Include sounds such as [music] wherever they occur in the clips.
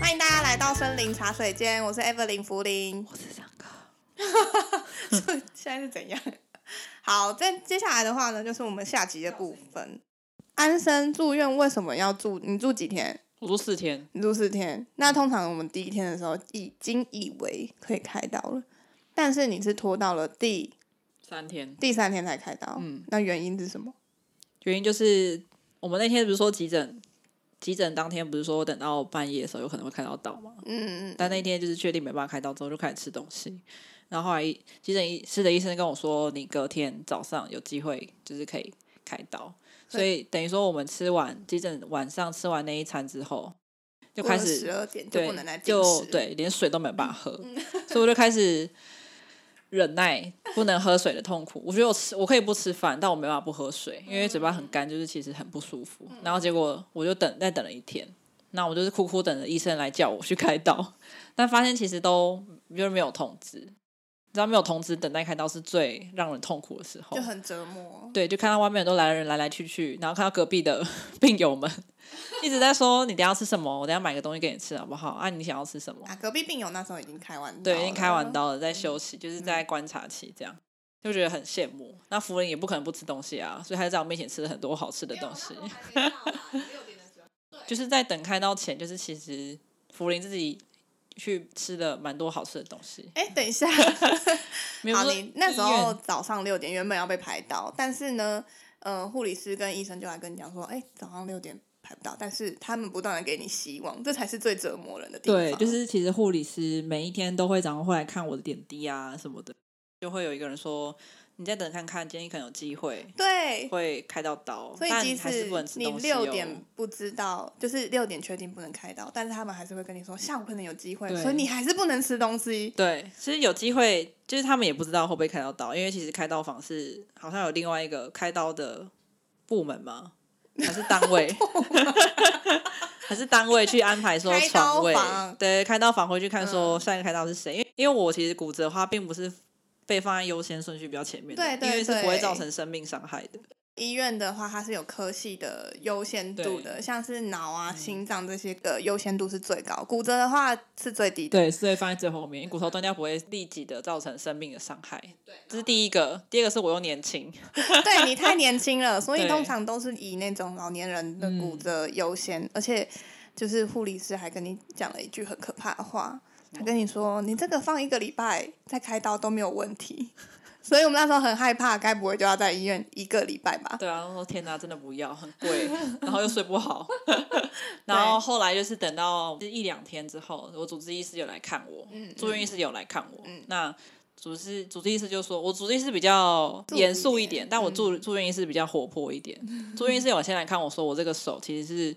欢迎大家来到森林茶水间，我是 Evelyn 福林。我是上课。 [laughs] 现在是怎样？好，接接下来的话呢，就是我们下集的部分。安生住院为什么要住？你住几天？我住四天，你住四天。那通常我们第一天的时候已经以为可以开刀了，但是你是拖到了第三天。第三天才开刀。嗯，那原因是什么？原因就是我们那天不是说急诊，急诊当天不是说等到半夜的时候有可能会开到刀吗？嗯，但那天就是确定没办法开刀之后，就开始吃东西。然后后来医急诊医师的医生跟我说，你隔天早上有机会就是可以开刀，所以等于说我们吃完急诊晚上吃完那一餐之后，就开始十二点就对不能再进就食，嗯对，连水都没办法喝，所以我就开始忍耐不能喝水的痛苦。我觉得我吃我可以不吃饭，但我没办法不喝水，因为嘴巴很嗯干，就是其实很不舒服。然后结果我就等再等了一天，那我就是苦苦等着医生来叫我去开刀，但发现其实都就是没有通知。你知道没有通知，等待开刀是最让人痛苦的时候，就很折磨。对，就看到外面都来人来来去去，然后看到隔壁的 [laughs] 病友们一直在说：“你等一下要吃什么？我等一下买个东西给你吃好不好？”啊，你想要吃什么？啊，隔壁病友那时候已经开完刀，对，已经开完。刀了，在休息，就是在观察期，这样就觉得很羡慕。那福林也不可能不吃东西啊，所以他就在我面前吃了很多好吃的东西。就是在等开刀前，就是其实福林自己去吃了蛮多好吃的东西。 [laughs] 哎，等一 [laughs] 下，没有好，说你那时医院候早上六点原本要被排到，但是呢，呃，护理师跟医生就来跟你讲说，哎、早上六点排不到，但是他们不断的给你希望，这才是最折磨人的地方。对，就是其实护理师每一天都会早上会来看我的点滴啊什么的，就会有一个人说你再等看看，今天可能有机会对。会开到刀，所以但即还是使不能吃你东西、哦、六点不知道，就是六点确定不能开刀，但是他们还是会跟你说下午可能有机会，对所以你还是不能吃东西。对，其实有机会，就是他们也不知道会不会开到刀，因为其实开刀房是好像有另外一个开刀的部门吗？还是单 [laughs] 位？还是单位去安排说开刀床位房？嗯对，开刀房回去看说下一个开刀是谁？因为因为我其实骨折的话，并不是被放在优先顺序比较前面的，对对因为是不对会造成生命伤害的。医院的话，它是有科系的优先度对嗯的，像是脑啊、心脏这些的优先度是最高，骨折的话是最低的。对，所以放在最后面，骨头断掉不会立即的造成生命的伤害。对，这是第一个，第二个是我又年轻，对你太年轻了，所以对嗯通常都是以那种老年人的骨折优先，而且就是护理师还跟你讲了一句很可怕的话，他跟你说你这个放一个礼拜再开刀都没有问题，所以我们那时候很害怕，该不会就要在医院一个礼拜吧？对啊，我说天哪，真的不要，很贵，然后又睡不好。然后后来就是等到就是一两天之后，我主治医师有来看我，住院医师有来看我。那主治主治医师就说，我主治医师比较注意严肃一点点，但我住住院医师比较活泼一点。住院医师有先来看我说，我这个手其实是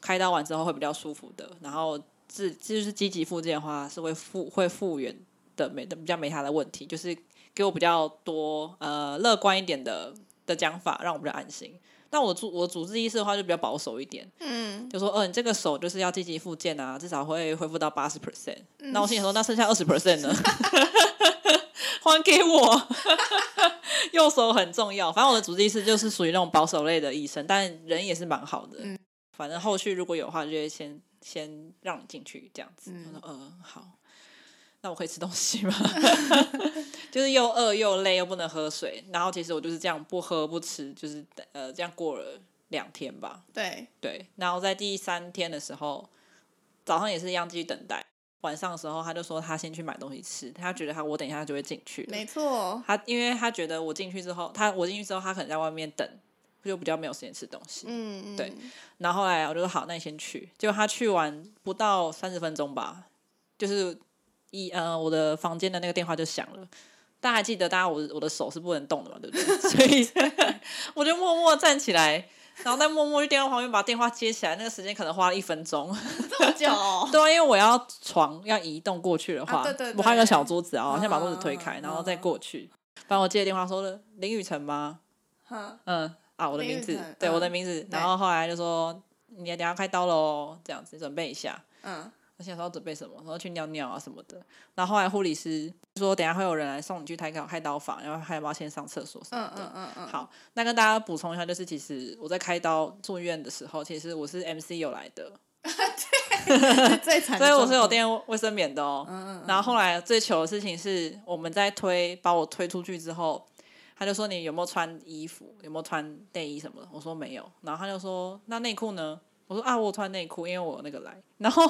开刀完之后会比较舒服的，然后这就是积极复健的话是会复会复原的，没的比较没他的问题，就是给我比较多呃乐观一点的的讲法，让我比较安心。但我主我主治医师的话就比较保守一点，嗯，就说，嗯、你这个手就是要积极复健啊，至少会恢复到八十 percent。那我心里说，那剩下二十 percent 呢？还给我， [laughs] 右手很重要。反正我的主治医师就是属于那种保守类的医生，但人也是蛮好的。嗯反正后续如果有的话，就会先先让你进去这样子。嗯我说，嗯、好。那我可以吃东西吗？ [laughs] 就是又饿又累又不能喝水，然后其实我就是这样不喝不吃，就是呃这样过了两天吧。对，对，然后在第三天的时候，早上也是一样继续等待。晚上的时候，他就说他先去买东西吃，他觉得他我等一下就会进去了。没错，他因为他觉得我进去之后，他我进去之后，他可能在外面等，就比较没有时间吃东西。嗯，嗯对，然后后来我就说好，那你先去。结果他去完不到三十分钟吧，就是一呃我的房间的那个电话就响了。大家还记得，大家我我的手是不能动的嘛，对不对？ [laughs] 所以我就默默站起来，然后再默默去电话旁边把电话接起来。那个时间可能花了一分钟，这么久哦、对啊，因为我要床要移动过去的话，啊对对对我还有个小桌子啊，我先把桌子推嗯开，嗯嗯然后再过去。反正我接了电话说林雨辰吗？哼嗯啊，我的林名雨字辰，对我的嗯名字。对然后后来就说你等一下开刀喽，这样子准备一下。嗯，我想说要准备什么，然后去尿尿啊什么的。然后后来护理师说等一下会有人来送你去开刀开刀房，然后还要不要先上厕所什么嗯的。嗯嗯嗯，好，那跟大家补充一下，就是其实我在开刀住院的时候，其实我是 MC 有来的，是嗯最惨的所状以况。我是有垫卫生棉的哦。然后后来最糗的事情是，我们在推把我推出去之后，他就说你有没有穿衣服，有没有穿内衣什么的？我说没有。然后他就嗯说那内裤呢？我说啊，我有穿内裤，因为我有那个来。然后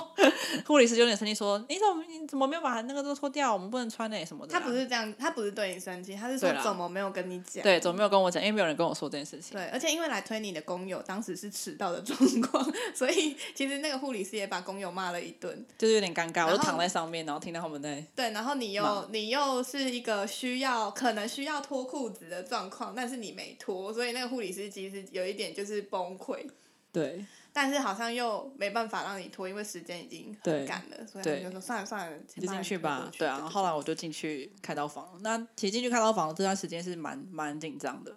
护理师有点生气说，你怎么你怎么没有把那个都脱掉？我们不能穿那、什么的、他啊。不是这样，他不是对你生气，他是说对啦怎么没有跟你讲？对，怎么没有跟我讲？因为没有人跟我说这件事情。对，而且因为来推你的工友当时是迟到的状况，所以其实那个护理师也把工友骂了一顿。就是有点尴尬，我后就躺在上面，然后听到他们在对，然后你又你又是一个需要可能需要脱裤子的状况，但是你没脱，所以那个护理师其实有一点就是崩溃，对但是好像又没办法让你脱，因为时间已经很对赶了，所以他们对就说算了算了，你就进去吧。对对啊，然后后来我就进去开刀房。那其实进去开刀房这段时间是蛮蛮紧张的。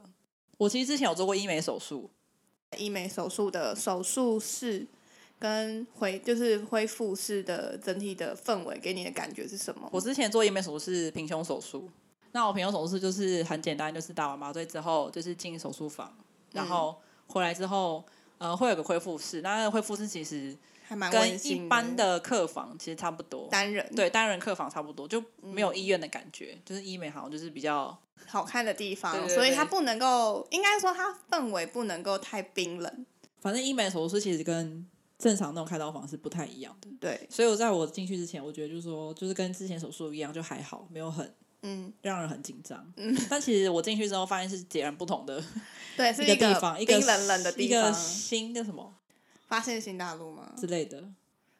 我其实之前有做过医美手术，医美手术的手术室跟恢就是恢复室的整体的氛围给你的感觉是什么？我之前做医美手术是平胸手术。那我平胸手术就是很简单，就是打完麻醉之后就是进手术房，嗯然后回来之后，呃，会有个恢复室。那那个恢复室其实还蛮温跟一馨般的客房其实差不多，单嗯人对单人客房差不多，就没有医院的感觉。就是医美好像就是比较好看的地方，对对对所以它不能够，应该说它氛围不能够太冰冷。反正医美手术其实跟正常那种开刀房是不太一样的，对，所以我在我进去之前，我觉得就是说，就是跟之前手术一样，就还好，没有很嗯，让人很紧张。嗯，但其实我进去之后，发现是截然不同的对，是个地方，一个冰冷冷的地一方个。新的什么发现新大陆吗？之类的。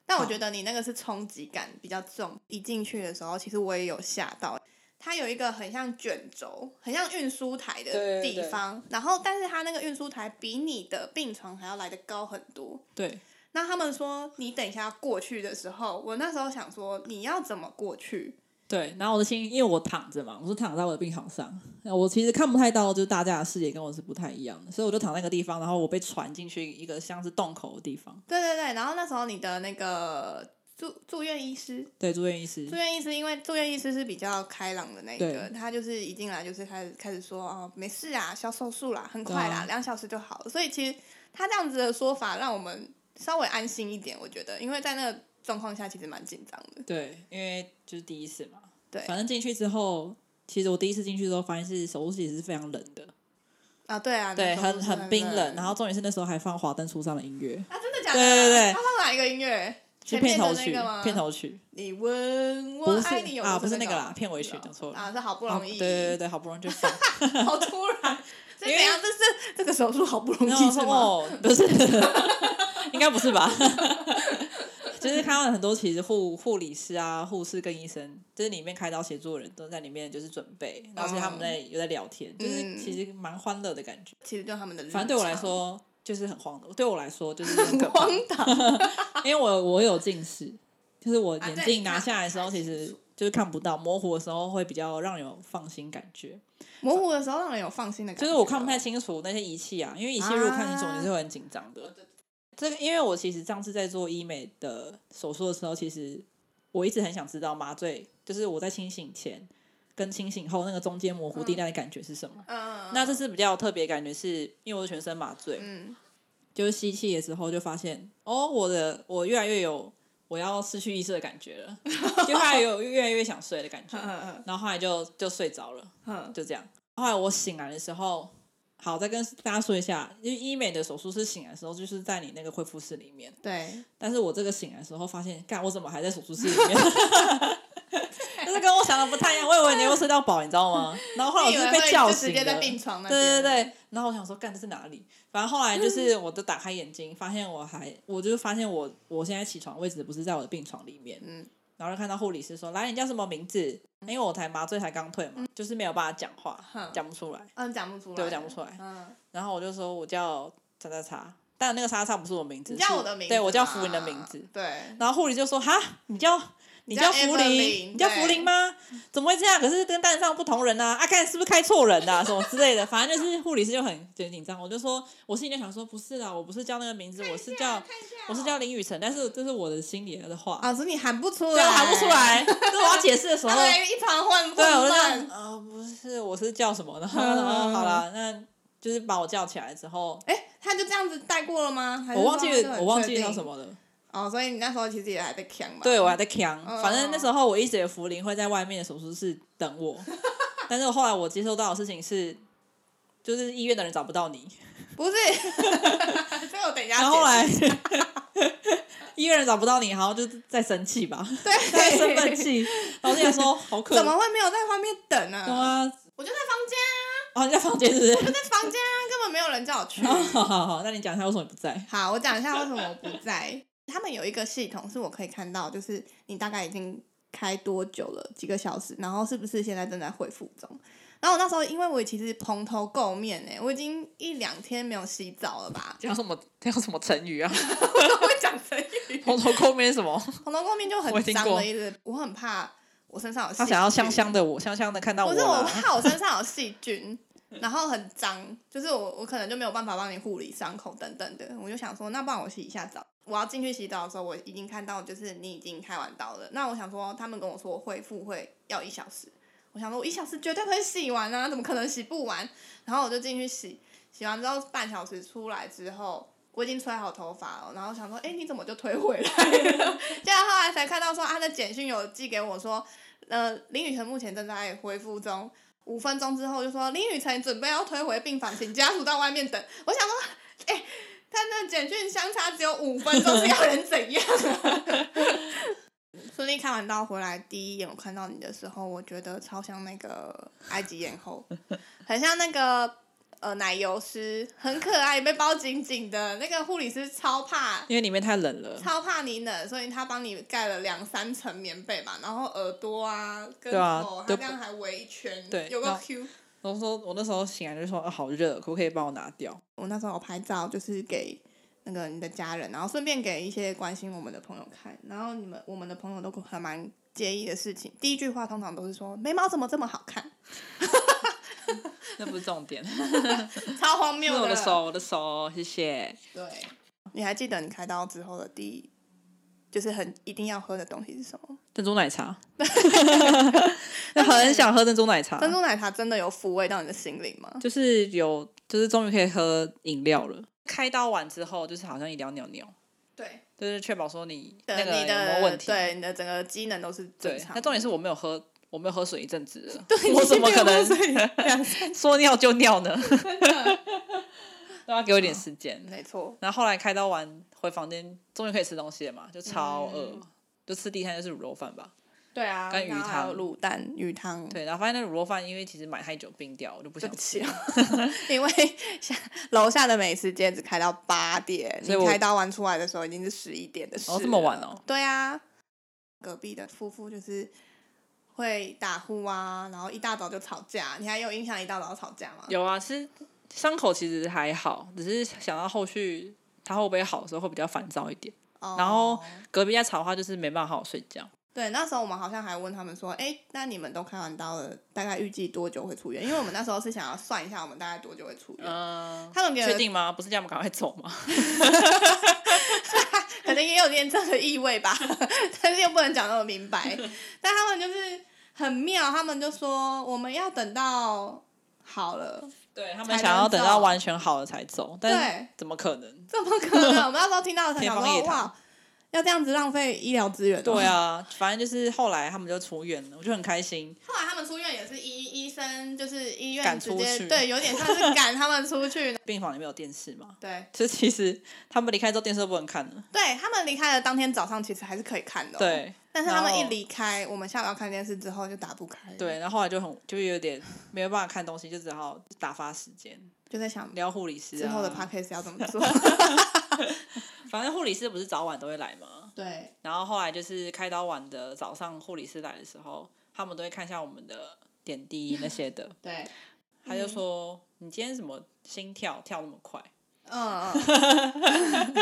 但我觉得你那个是冲击感比较重。一进去的时候，其实我也有吓到。它有一个很像卷轴、很像运输台的对对地对方，然后但是它那个运输台比你的病床还要来得高很多。对，那他们说你等一下要过去的时候，我那时候想说你要怎么过去？对，然后我的心，因为我躺着嘛，我是躺在我的病床上，那我其实看不太到，就是大家的视野跟我是不太一样的，所以我就躺在那个地方，然后我被传进去一个像是洞口的地方。对对对，然后那时候你的那个住住院医师，对，住院医师住，院医师因为住院医师是比较开朗的那一个对，他就是一进来就是开始开始说哦没事啊，小手术啦，很快对啦啊，两小时就好了。所以其实他这样子的说法让我们稍微安心一点，我觉得，因为在那个状况下其实蛮紧张的。对，因为就是第一次嘛。对反正进去之后，其实我第一次进去之后，发现是手术室也是非常冷的，啊，对啊，那对，时候很是很冰冷。然啊，后重点是那时候还放《华灯初上》的音乐，真的假的？对对对他放哪一个音乐？是前面片的头那曲个吗？，片。头曲你问不我是爱你有啊，多不是深那个哦啦，片尾曲讲错了。啊，这好不好容对易，对对对，好不容易就 [laughs] 放，好突然，所以因为怎样？这是这个手术好不容然后易我是说吗？哦，不 [laughs] 是，应该不是吧？ [laughs] 就是看到很多其实护护理师啊、护士跟医生，就是里面开刀协助的人都在里面，就是准备，然后其实他们在有在聊天，就是哦嗯其实蛮欢乐的感觉。其实就他们的，反正对我来，说就是很荒唐，对我来说就是很很可怕荒， [laughs] 唐。因为我我有近视，就是我眼啊对你镜拿看下来的时候，不太其清实楚就是看不到，模糊的时候会比较让人有放心感觉。模糊的时候让人有放心的感觉，就是我看不太清楚那些仪器啊，因为仪器如果看清楚，啊你是会很紧张的。这个，因为我其实上次在做医美的手术的时候，其实我一直很想知道麻醉，就是我在清醒前跟清醒后那个中间模糊地带的感觉是什么。嗯，嗯，那这次比较特别的感觉是，因为我是全身麻醉，嗯，就是吸气的时候就发现，哦，我的我越来越有我要失去意识的感觉了， [laughs] 就后来有越来越想睡的感觉，嗯嗯然后后来就就睡着了，嗯就这样。后来我醒来的时候，好，再跟大家说一下，因为医美的手术是醒来的时候就是在你那个恢复室里面，对，但是我这个醒来的时候发现，干，我怎么还在手术室里面？ [laughs] 就是跟我想的不太一样，我以为你会睡到饱，你知道吗？然后后来我你以哦是为被会叫就醒直接的，在病床那对边，对对，然后我想说，干这是哪里？反正后来就是，我就打开眼睛，发现我还，我就发现我我现在起床位置不是在我的病床里面，嗯然后就看到护理师说，来，你叫什么名字？因为我才麻醉才刚退嘛，就是没有办法讲话哼，讲不出来。嗯，讲不出来，对我讲不出来嗯，然后我就说我叫叉叉叉，但那个叉叉不是我名字，你叫是我的名字嘛，对我叫福林的名字。对，然后护理就说：“哈，你叫你叫叫福 Evelyn，林，你叫对福林吗？怎么会这样？可是跟单上不同人呐、啊，啊，看是不是开错人呐、啊，什么之类的。 [laughs] 反正就是护理师就很很紧张。我就说，我心里就想说，不是啊，我不是叫那个名字，我是叫看一下我是叫林雨晨，但是这是我的心里的话，啊，所以你喊不出对，来，我喊不出，来。就是我要解释的时候他，们一团混对，混我就乱说，，呃，不是，我是叫什么？然后嗯嗯嗯嗯， [laughs] 好啦，那就是把我叫起来之后，哎，他就这样子带过了吗？还是我忘说记他就了很我忘确记叫定什么了。哦，所以你那时候其实也还在呛嘛。对我还在扛，嗯反正那时候我一直有福林会在外面的手术室等 [laughs] 我，但是我后来我接收到的事情是，就是医院的人找不到你，不 [laughs] 是，这个我等一下解释。然后后来 [laughs] 医院人找不到你，然后就在生气 [laughs] 吧，在对，生闷气，然后就想说好 [laughs] 可怎怜么会没有在外面等呢、啊？啊，我就在房间， [laughs] 哦你在房间是不是？ [laughs] 我在房间啊，根本没有人叫我去。 [laughs] 哦好好好，那你讲一下为什么你不在？？好，我讲一下为什么我不在。他们有一个系统是我可以看到，就是你大概已经开多久了，几个小时，然后是不是现在正在恢复中。然后我那时候，因为我其实蓬头垢面哎、我已经一两天没有洗澡了吧 [laughs] 讲什么？讲什么成语啊？ [laughs] [laughs] 我会讲成语，蓬头垢面什么？蓬头垢面就我很听脏过的意思。我很怕我身上有细他想要菌香香的我，香香的看到不我是我了。怕我身上有细 [laughs] 菌，然后很脏，就是我我可能就没有办法帮你护理伤口等等的。我就想说，那不然我洗一下澡。我要进去洗澡的时候，我已经看到就是你已经开完刀了。那我想说，他们跟我说恢复会要一小时，我想说我一小时绝对可以洗完啊，怎么可能洗不完？然后我就进去洗，洗完之后半小时出来之后。我已经吹好头发了，然后想说，哎，你怎么就推回来了？结果后来才看到说，他的简讯有寄给我说，呃，林雨辰目前正在恢复中，五分钟之后就说林雨辰准备要推回病房，请家属到外面等。我想说， [laughs] 哎、他那简讯相差只有五分钟，是要人怎样、 [laughs] 啊？顺利看完刀回来，第一眼我看到你的时候，我觉得超像那个埃及艳后，很像那个呃奶油师，很可爱，被包紧紧的。那个护理师超怕因为里面太冷了，超怕你冷，所以他帮你盖了两三层棉被嘛，然后耳朵啊、跟对啊头，就他这样还围一圈，对有那个 Q。然后说，我那时候醒来就说，啊，好热，可不可以帮我拿掉？我那时候有拍照，就是给那个你的家人，然后顺便给一些关心我们的朋友看。然后你们我们的朋友都还蛮介意的事情，第一句话通常都是说眉毛怎么这么好看， [laughs] [laughs] 那不是重点，超荒是谬我的手，我的手，谢谢。对，你还记得你开刀之后的第一，就是很一定要喝的东西是什么吗？珍珠奶 [laughs] 茶，那很想喝珍珠奶茶，珍珠奶茶真的有抚慰到你的心灵吗？就是有，就是终于可以喝饮料了。开刀完之后，就是好像一定要尿尿，对，就是确保说你的那个你有的没有问题。对你的整个机能都是正对，常的。那重点是我没有喝，我没有喝水一阵子了，对，我你怎么 [laughs] 可能是没有喝水两三 [laughs] 说尿就尿呢？都要给我一点时间。没错，然后后来开刀完回房间，终于可以吃东西了嘛，就超饿，嗯就吃第一餐就是卤肉饭吧。对啊跟鱼然后还有汤卤蛋、鱼汤，对，然后发现那卤肉饭因为其实买太久冰掉，我就不对想不起。吃哦 [laughs] 因为下楼下的美食街只开到八点，所以我你开刀完出来的时候已经是十一点的事。哦这么晚哦？对啊，隔壁的夫妇就是会打呼啊，然后一大早就吵架。你还有印象一大早吵架吗？有啊，其实伤口其实还好，只是想到后续它会不会好的时候会比较烦躁一点。哦然后隔壁家吵的话就是没办法好好睡觉，对，那时候我们好像还问他们说，哎，那你们都开完刀了，大概预计多久会出院？因为我们那时候是想要算一下我们大概多久会出院。嗯、他们给确了，定吗？不是叫我们赶快走 [laughs] 吗？可能也有点这个意味吧， [laughs] 但是又不能讲那么明 [laughs] 白。但他们就是很妙，他们就说我们要等到好了，对才他们能想要等到走完全好了才走，但对，怎么可能？怎么可能？我们那时候听到才 [laughs] 天想方说夜谭哇，要这样子浪费医疗资源、哦对，啊，反正就是后来他们就出院了，我就很开心。后来他们出院也是医医生，就是医赶院直出接去对，有点像是赶他们出去。病房里面有电视嘛，对，就其实他们离开之后电视都不能看了。对他们离开的当天早上其实还是可以看的、哦。。对但是他们然一后离开，我们下午要看电视之后就打不开。。对，然后后来就很就有点没有办法看东西，就只好打发时间就在想聊护理师、啊。之后的 podcast 要怎么 [laughs] 做。反正护理师不是早晚都会来嘛，对。然后后来就是开刀晚的早上护理师来的时候，他们都会看一下我们的点 [laughs] 滴那些的，对。他就说、你今天怎么心跳跳那么快？嗯嗯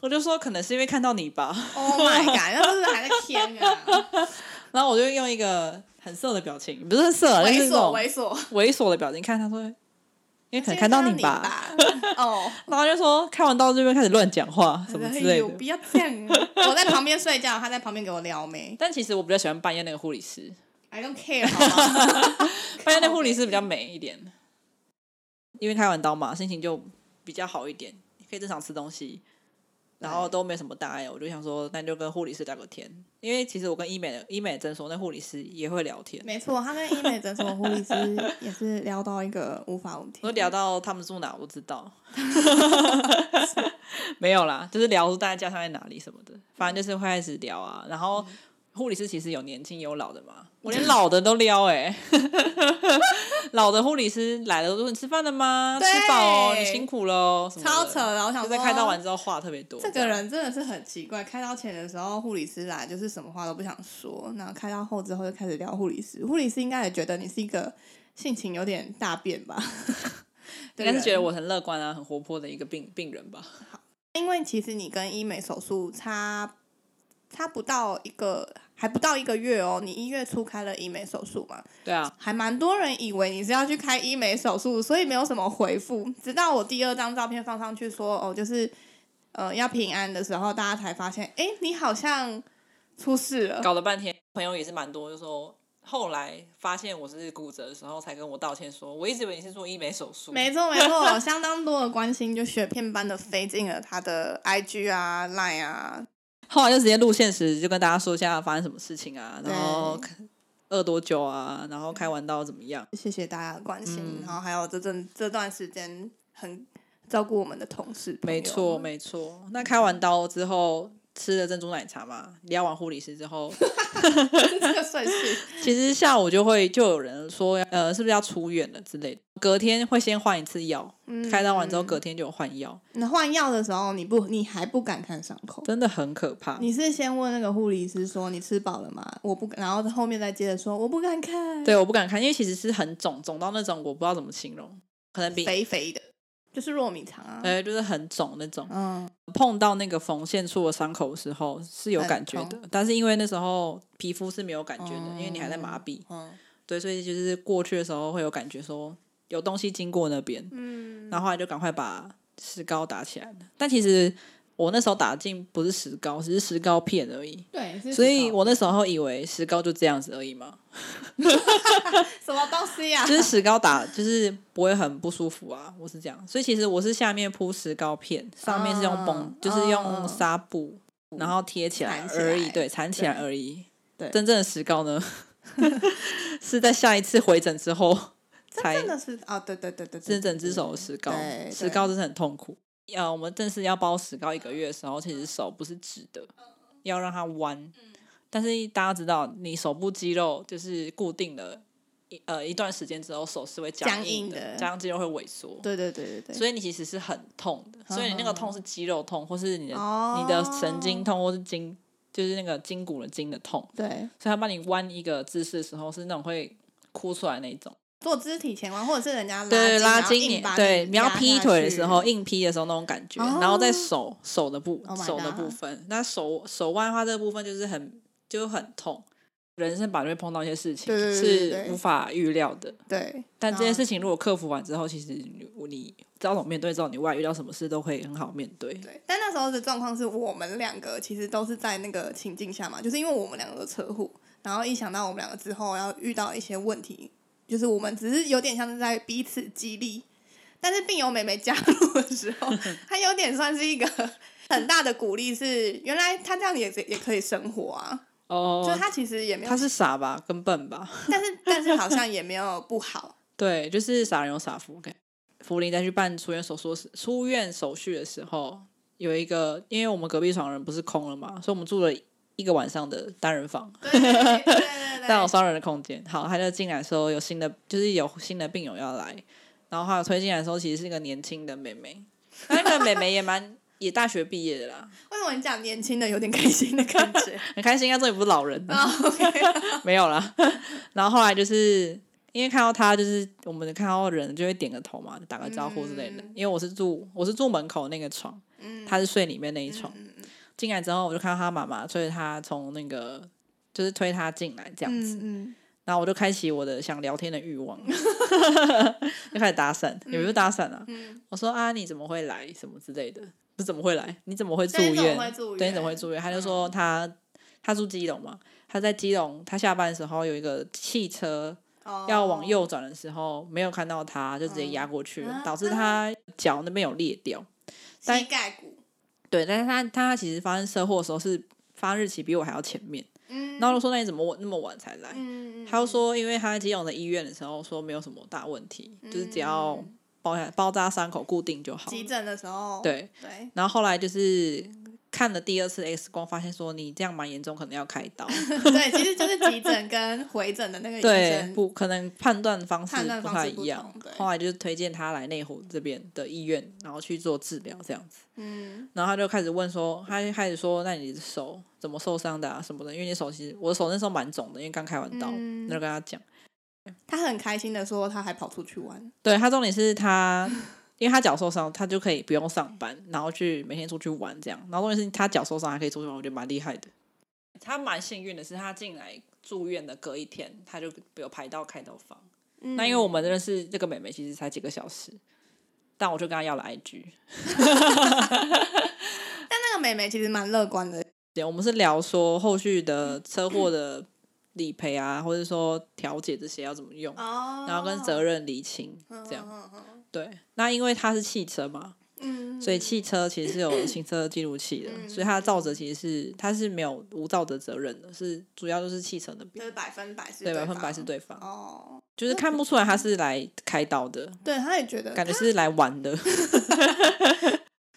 我就说可能是因为看到你吧， [laughs] ，Oh my god，那时候是不是还在天啊，然后我就用一个很色的表情，不是很色啊，就是猥那种琐猥琐，猥琐的表情看他说，因为可能看到你吧，今天看到你吧，哦，然后就说看完到这边开始乱讲话 [laughs] 什么之类有的。必要这样啊？我在旁边睡觉，他在旁边给我撩妹但其实我比较喜欢半夜那个护理师， ，I don't care 好吗？ [laughs] 半夜那哦护理师 [laughs] 比较美一点，因为开完刀嘛，心情就比较好一点，可以正常吃东西，然后都没什么大碍，我就想说，那就跟护理师聊个天，因为其实我跟医美的医美诊所那护理师也会聊天，没错，他跟医美诊所护理师也是聊到一个无法无天，我聊到他们住哪我不知道， [laughs] 没有啦，就是聊大家家乡在哪里什么的，反正就是会开始聊啊。然嗯后护理师其实有年轻有老的嘛，我连老的都撩哎、 [laughs] 老的护理师来了都说你吃饭了吗？吃对饱哦，你辛苦喽，什么的超扯。然后想就说在开刀完之后话特别多，这这个样人真的是很奇怪，开刀前的时候护理师来就是什么话都不想说，然后开刀后之后就开始聊护理师，护理师应该也觉得你是一个性情有点大变吧， [laughs] 应该是觉得。得我很乐观啊，很活泼的一个病病人吧。因为其实你跟医美手术差差不到一个，还不到一个月哦。你一月初开了医美手术嘛，对啊，还蛮多人以为你是要去开医美手术，所以没有什么回复。直到我第二张照片放上去说哦，就是呃要平安的时候，大家才发现，哎，你好像出事了。搞了半天，朋友也是蛮多，就说后来发现我是骨折的时候，才跟我道歉说，我一直以为你是做医美手术。没错没错，相当多的关心就雪片般的飞进了他的 IG 啊、Line 啊，后来就直接录现实，就跟大家说一下发生什么事情啊，对然后饿多久啊，然后开完刀怎么样。谢谢大家的关心，嗯然后还有这阵这段时间很照顾我们的同事，没错，没错。嗯那开完刀之后吃了珍珠奶茶嘛，撩完护理师之后， [laughs] 错， [laughs] 这个顺序，其实下午就会就有人说，呃，是不是要出院了之类的。隔天会先换一次药，嗯 [laughs] 开刀完之后隔天就有换药，那换药的时候，你不，你还不敢看伤口，真的很可怕。你是先问那个护理师说你吃饱了吗？我不，然后后面再接着说我不敢看，，对，我不敢看，因为其实是很肿，肿到那种我不知道怎么形容，可能比肥肥的，就是糯米肠啊，对，就是很肿那种。嗯，碰到那个缝线处的伤口的时候是有很感觉的痛，但是因为那时候皮肤是没有感觉的，因为你还在麻痹，嗯对，所以就是过去的时候会有感觉说有东西经过那边，嗯，然后后来就赶快把石膏打起来了。但其实我那时候打进不是石膏，只是石膏片而已。对，是所石以膏我那时候以为石膏就这样子而已嘛，什么东西呀、啊？就是石膏打，就是不会很不舒服啊。我是这样，所以其实我是下面铺石膏片，上面是用绷，嗯就是用嗯纱布，然后贴起来缠起来而已，对，缠起来而已。对真正的石膏呢， [laughs] 是在下一次回诊之后才真的是哦，对对对对，对是整只手的石膏对，对石膏真的很痛苦。呃，我们正式要包石膏一个月的时候，其实手不是直的，嗯要让它弯。但是大家知道，你手部肌肉就是固定了一呃一段时间之后，手是会僵僵硬硬的僵硬肌肉会萎缩，对对对对对，所以你其实是很痛的。所以你那个痛是肌肉痛，或是你的、哦你的神经痛，或是筋就是那个筋骨的筋的痛。对。所以他帮你弯一个姿势的时候，是那种会哭出来那一种。做肢体前弯，或者是人家拉对筋拉然后筋硬你把对你你要压劈下腿的时去候，硬劈的时候那种感觉，哦然后在手手的部 Oh my 手的 God 部分，那手手腕的话这个部分就是很就很痛，人生本来就会碰到一些事情对对对对是对嗯无法预料的，对，但这件然后事情如果克服完之后，其实你你知道怎么面对，知道你未来遇到什么事都会很好面对。对，但那时候的状况是我们两个其实都是在那个情境下嘛，就是因为我们两个的车祸，然后一想到我们两个之后要遇到一些问题，就是我们只是有点像是在彼此激励。但是病友妹妹加入的时 [laughs] 候，她有点算是一个很大的鼓励，是原来她这样也也可以生活啊，就哦是，她其实也没有他，是傻吧，跟笨吧，但是但是好像也没有不好， [laughs] 对，就是傻人有傻福。OK，福林在去办出院手术时，出院手续的时候，有一个，因为我们隔壁床人不是空了嘛，所以我们住了一个晚上的单人房，对对对对对但有双人的空间。好，他就进来说有新的，就是有新的病友要来，然后他有推进来说，其实是一个年轻的妹妹，那个妹妹也蛮也大学毕业的啦，为什么你讲年轻的有点开心的感 [laughs] 觉？很开心，啊，这里不是老人、 [laughs] 啊。啊，OK，没有啦。 [laughs] 然后后来就是因为看到他，就是我们看到人就会点个头嘛，打个招呼之类的。嗯因为我是住我是住门口那个床，嗯他是睡里面那一床。嗯嗯进来之后，我就看到他妈妈推他从那个就是推他进来这样子，嗯嗯，然后我就开启我的想聊天的欲望， [laughs] 就开始搭讪，也不是搭讪啊，嗯我说啊你怎么会来什么之类的，不是怎么会来，你怎么会住对你怎么院？会住对，你怎么会院住院？他就说他他住基隆嘛，他在基隆，他下班的时候有一个汽车哦要往右转的时候没有看到他，就直接压过去了，嗯导致他脚那边有裂掉。但膝盖骨，对，但是他他其实发生车祸的时候是发日期比我还要前面，嗯，然后我就说那你怎么晚那么晚才来？嗯，嗯他就说因为他在基隆的医院的时候说没有什么大问题，就是只要嗯包下包扎伤口固定就好了。急诊的时候，对，对， [laughs] 然后后来就是看了第二次 X 光，发现说你这样蛮严重，可能要开刀。对，其实就是急诊跟回诊的那个医对，生，不可能判断方式判断不方太式不一样同对。后来就是推荐他来内湖这边的医院，然后去做治疗这样子。嗯，然后他就开始问说，他就开始说，那你的手怎么受伤的啊什么的？因为你手其实我的手那时候蛮肿的，因为刚开完刀，嗯那就跟他讲。他很开心的说他还跑出去玩，对他重点是他，因为他脚受伤，他就可以不用上班，然后去每天出去玩这样。然后重点是他脚受伤还可以出去玩，我觉得蛮厉害的。他蛮幸运的是，他进来住院的隔一天，他就有排到开刀房。嗯那因为我们认识这个妹妹其实才几个小时，但我就跟她要了 IG，但那个妹妹其实蛮乐观的，对 [laughs] 我们是聊说后续的车祸的理赔啊，或者说调解这些要怎么用，哦然后跟责任厘清这样。样，嗯对，那因为它是汽车嘛，嗯，所以汽车其实是有行车记录器的，嗯所以它的造责其实是它是没有无造责责任的，是主要就是汽车那就边是百分百是对吧？百分百是对方，哦，就是看不出来他是来开刀的，对，他也觉得感觉是来玩的。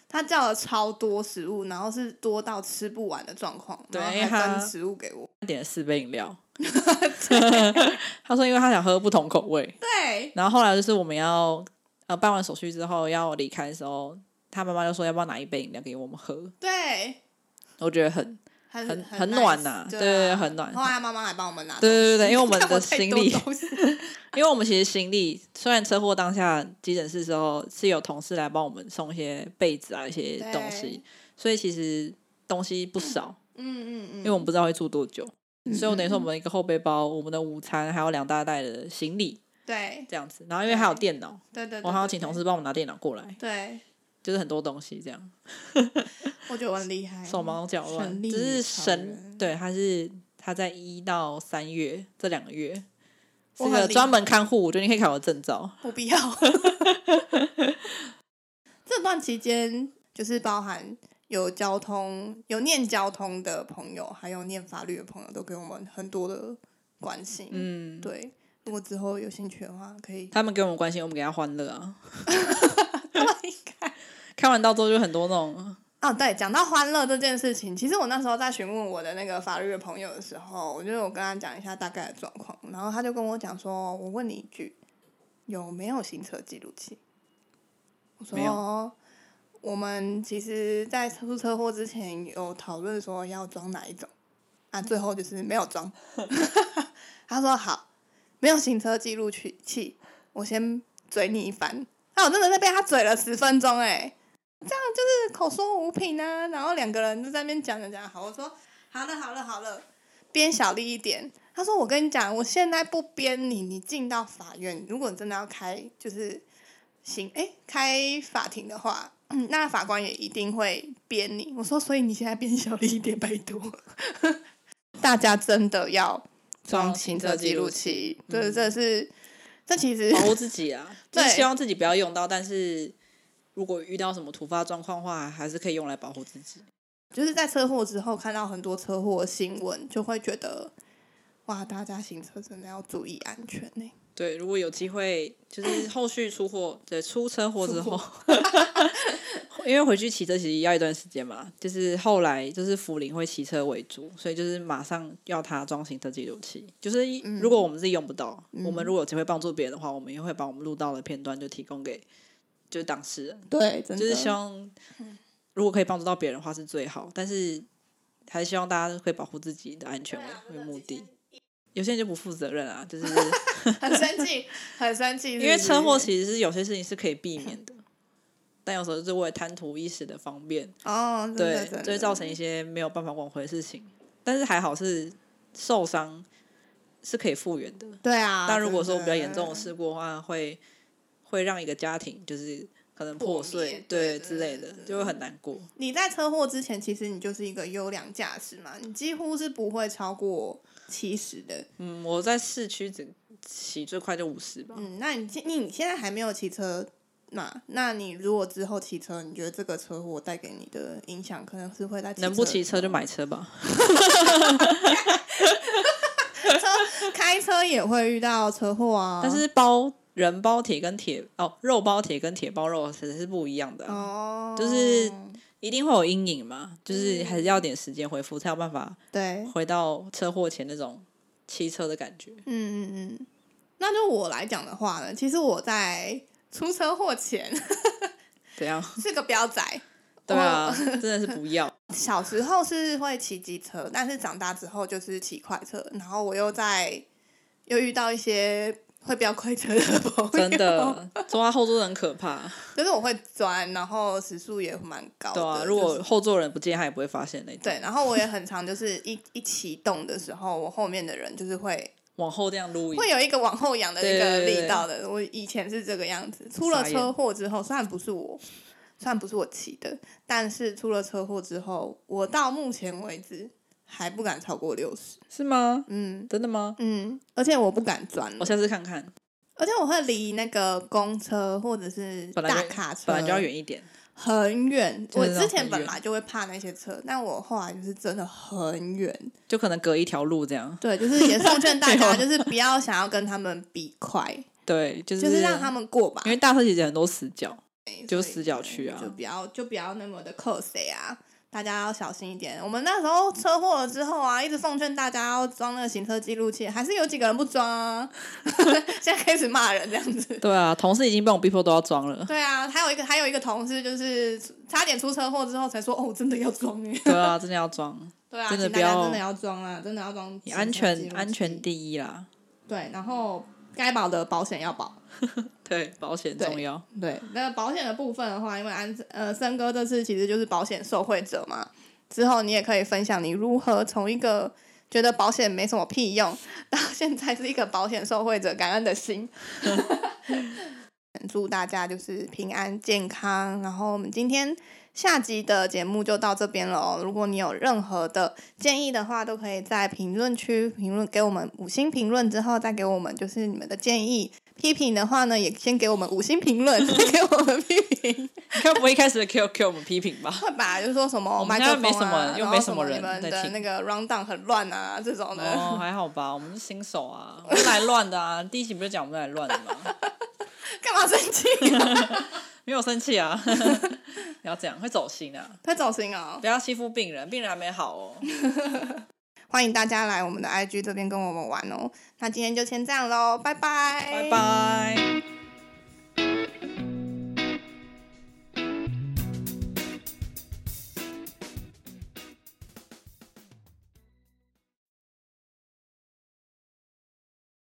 他叫了超多食物，然后是多到吃不完的状况，对然后还他分食物给我。他点了四杯饮料。 [laughs] 他说，因为他想喝不同口味。对，然后后来就是我们要呃办完手续之后要离开的时候，他妈妈就说要不要拿一杯饮料给我们喝？对，我觉得很很很很很暖 nice，呐对对啊很暖后来妈妈还帮我们拿东西，对对对对因为我 [laughs] 们看的太行多李东 [laughs] 西因为我们其实行李虽然车祸当下急诊室的时候是有同事来帮我们送一些被子啊一些东西对，所以其实东西不少，嗯嗯嗯，因为我们不知道会住多久，嗯所以我等于说我嗯们一个后背包，我们的午餐还有两大袋的行李对这样子，然后因为还有电脑，对对，哦我还要请同事。事帮我们拿电脑过来，对，就是很多东西这样。我觉得我很厉害，手忙脚哎乱，神力只是超神人对，他是他在一到三月这两个月是我很个厉专害门看护，我觉得你可以考个证照。不必要。 [laughs] 这段期间就是包含有交通、有念交通的朋友，还有念法律的朋友，都给我们很多的关心。，嗯，对。如果之后有兴趣的话，可以。他们给我们关心，我们给他欢乐啊。 [laughs] [laughs] 他们应该看完到之后就很多那种，哦，对，讲到欢乐这件事情，其实我那时候在询问我的那个法律的朋友的时候，我就有跟他讲一下大概的状况，然后他就跟我讲说：“我问你一句，有没有行车记录器？”我没说：“我们其实，在出车祸之前有讨论说要装哪一种，啊，最后就是没有装。” [laughs] 他说：“好，没有行车记录器器，我先嘴你一番。”那我真的是被他嘴了十分钟哎、口说无凭啊，然后两个人就在那边讲讲讲，好，我说好了好了好了，编小力一点。他说我跟你讲，我现在不编你，你进到法院，如果你真的要开就是行，哎，开法庭的话，嗯那法官也一定会编你。我说，所以你现在编小力一点，拜托， [laughs] 大家真的要装装行行车车记记录录器，这这是这其实保护自己 [laughs] 啊，就对是希望自己不要用到，但是如果遇到什么突发状况的话，还是可以用来保护自己。就是在车祸之后看到很多车祸新闻，就会觉得哇，大家行车真的要注意安全呢、对，如果有机会，就是后续出货，对，出车祸之后， [laughs] 因为回去骑车其实要一段时间嘛，就是后来就是福林会骑车为主，所以就是马上要他装行车记录器。就是一如果我们自己用不到，我们如果有机会帮助别人的话，我们也会把我们录到的片段就提供给就是当事人，对，真的就是希望如果可以帮助到别人的话是最好，但是还是希望大家可以保护自己的安全啊为为目的。有些人就不负责任啊，就是。很生气，很生 [laughs] 气，因为车祸实其实是有些事情是可以避免的，但有时候就是为了贪图一时的方便，哦，真的对真，的就会造成一些没有办法挽回的事情。但是还好是受伤是可以复原的，对啊。但如果说真比的较严重的，事故的话，会会让一个家庭就是可能破破灭碎，对对对之类的对对，就会很难过。你在车祸之前，其实你就是一个优良驾驶嘛，你几乎是不会超过七十的。嗯，我在市区只骑最快就五十吧，嗯嗯，那你现你现在还没有骑车嘛。那你如果之后骑车，你觉得这个车祸带给你的影响，可能是会在能不骑车就买。买车吧。 [laughs] 开车也会遇到车祸啊，但是包人包铁跟铁哦肉包铁跟铁包肉其实是不一样的啊、哦，就是一定会有阴影嘛，嗯就是还是要点时间恢复，才有办法对，回到车祸前那种骑车的感觉。嗯嗯嗯。那就我来讲的话呢，其实我在出车祸前 [laughs] 怎样？是个彪仔。对啊，真的是不 [laughs] 要。小时候是会骑机车，但是长大之后就是骑快车，然后我又在又遇到一些会飙快车的朋友，真，的，坐在后座很可怕。 [laughs] 就是我会钻，然后时速也蛮高的。对啊，哦就是如果后座人不见，他也不会发现那种。对，，然后我也很常就是一一启动的时候，我后面的人就是会往后这样撸一会有啊一个往后仰的一个对对对力道的。我以前是这个样子，出了傻眼车祸之后，虽然不是我，虽然不是我骑的，但是出了车祸之后，我到目前为止还不敢超过六十。是吗？嗯真的吗？嗯，而且我不敢钻我了，下次看看，而且我会离那个公车或者是本来大就卡车本来就要远一点。很远。就我是那种之前很本远来就会怕那些车，但我后来就是真的很远。就可能隔一条路这样。对，就是 [laughs] 也奉劝大没家，有就是不要想要跟他们比 [laughs] 快，对，就是就是让他们过吧因，为大车其实很多死角，就所以死角区啊就不要就不要那么的克谁啊。大家要小心一点。我们那时候车祸了之后啊，一直奉劝大家要装那个行车记录器，还是有几个人不装啊。 [laughs] 现在开始骂人这样子。对啊，同事已经被我逼迫都要装了。对啊，还有一个还有一个同事就是差点出车祸之后才说，哦，我真的要装哎。对啊，真的要装， [laughs] 对啊，真的请不大家要真的要装啊，真的要装。你安全安全。第一啦。对，然后该保的保险要保。对，保险重要。对，那保险的部分的话，因为安呃森哥这次其实就是保险受惠者嘛，之后你也可以分享你如何从一个觉得保险没什么屁用，到现在是一个保险受惠者感恩的心。祝大家就是平安健康，然后我们今天下集的节目就到这边了哦。如果你有任何的建议的话，都可以在评论区评论给我们五星评论之后，再给我们就是你们的建议。批评的话呢，也先给我们五星评 [laughs] 论，再给我们批评，你看不会一开始 Q Q 我们批评吧？会吧？就是说什么我们麦现克在风没什么啊，又然没后什么你人们在的听那个 round down 很乱啊，这种的。 [laughs] 哦，还好吧，我们是新手啊，我们来乱的啊。第一集不是讲我们来乱的吗？ [laughs] [laughs] 干嘛生气、啊？没有生气啊， [laughs] 不要这样，会走心啊！快走心哦！不要欺负病人，病人还没好哦。欢迎大家来我们的 IG 这边跟我们玩哦。那今天就先这样喽，拜拜，拜拜。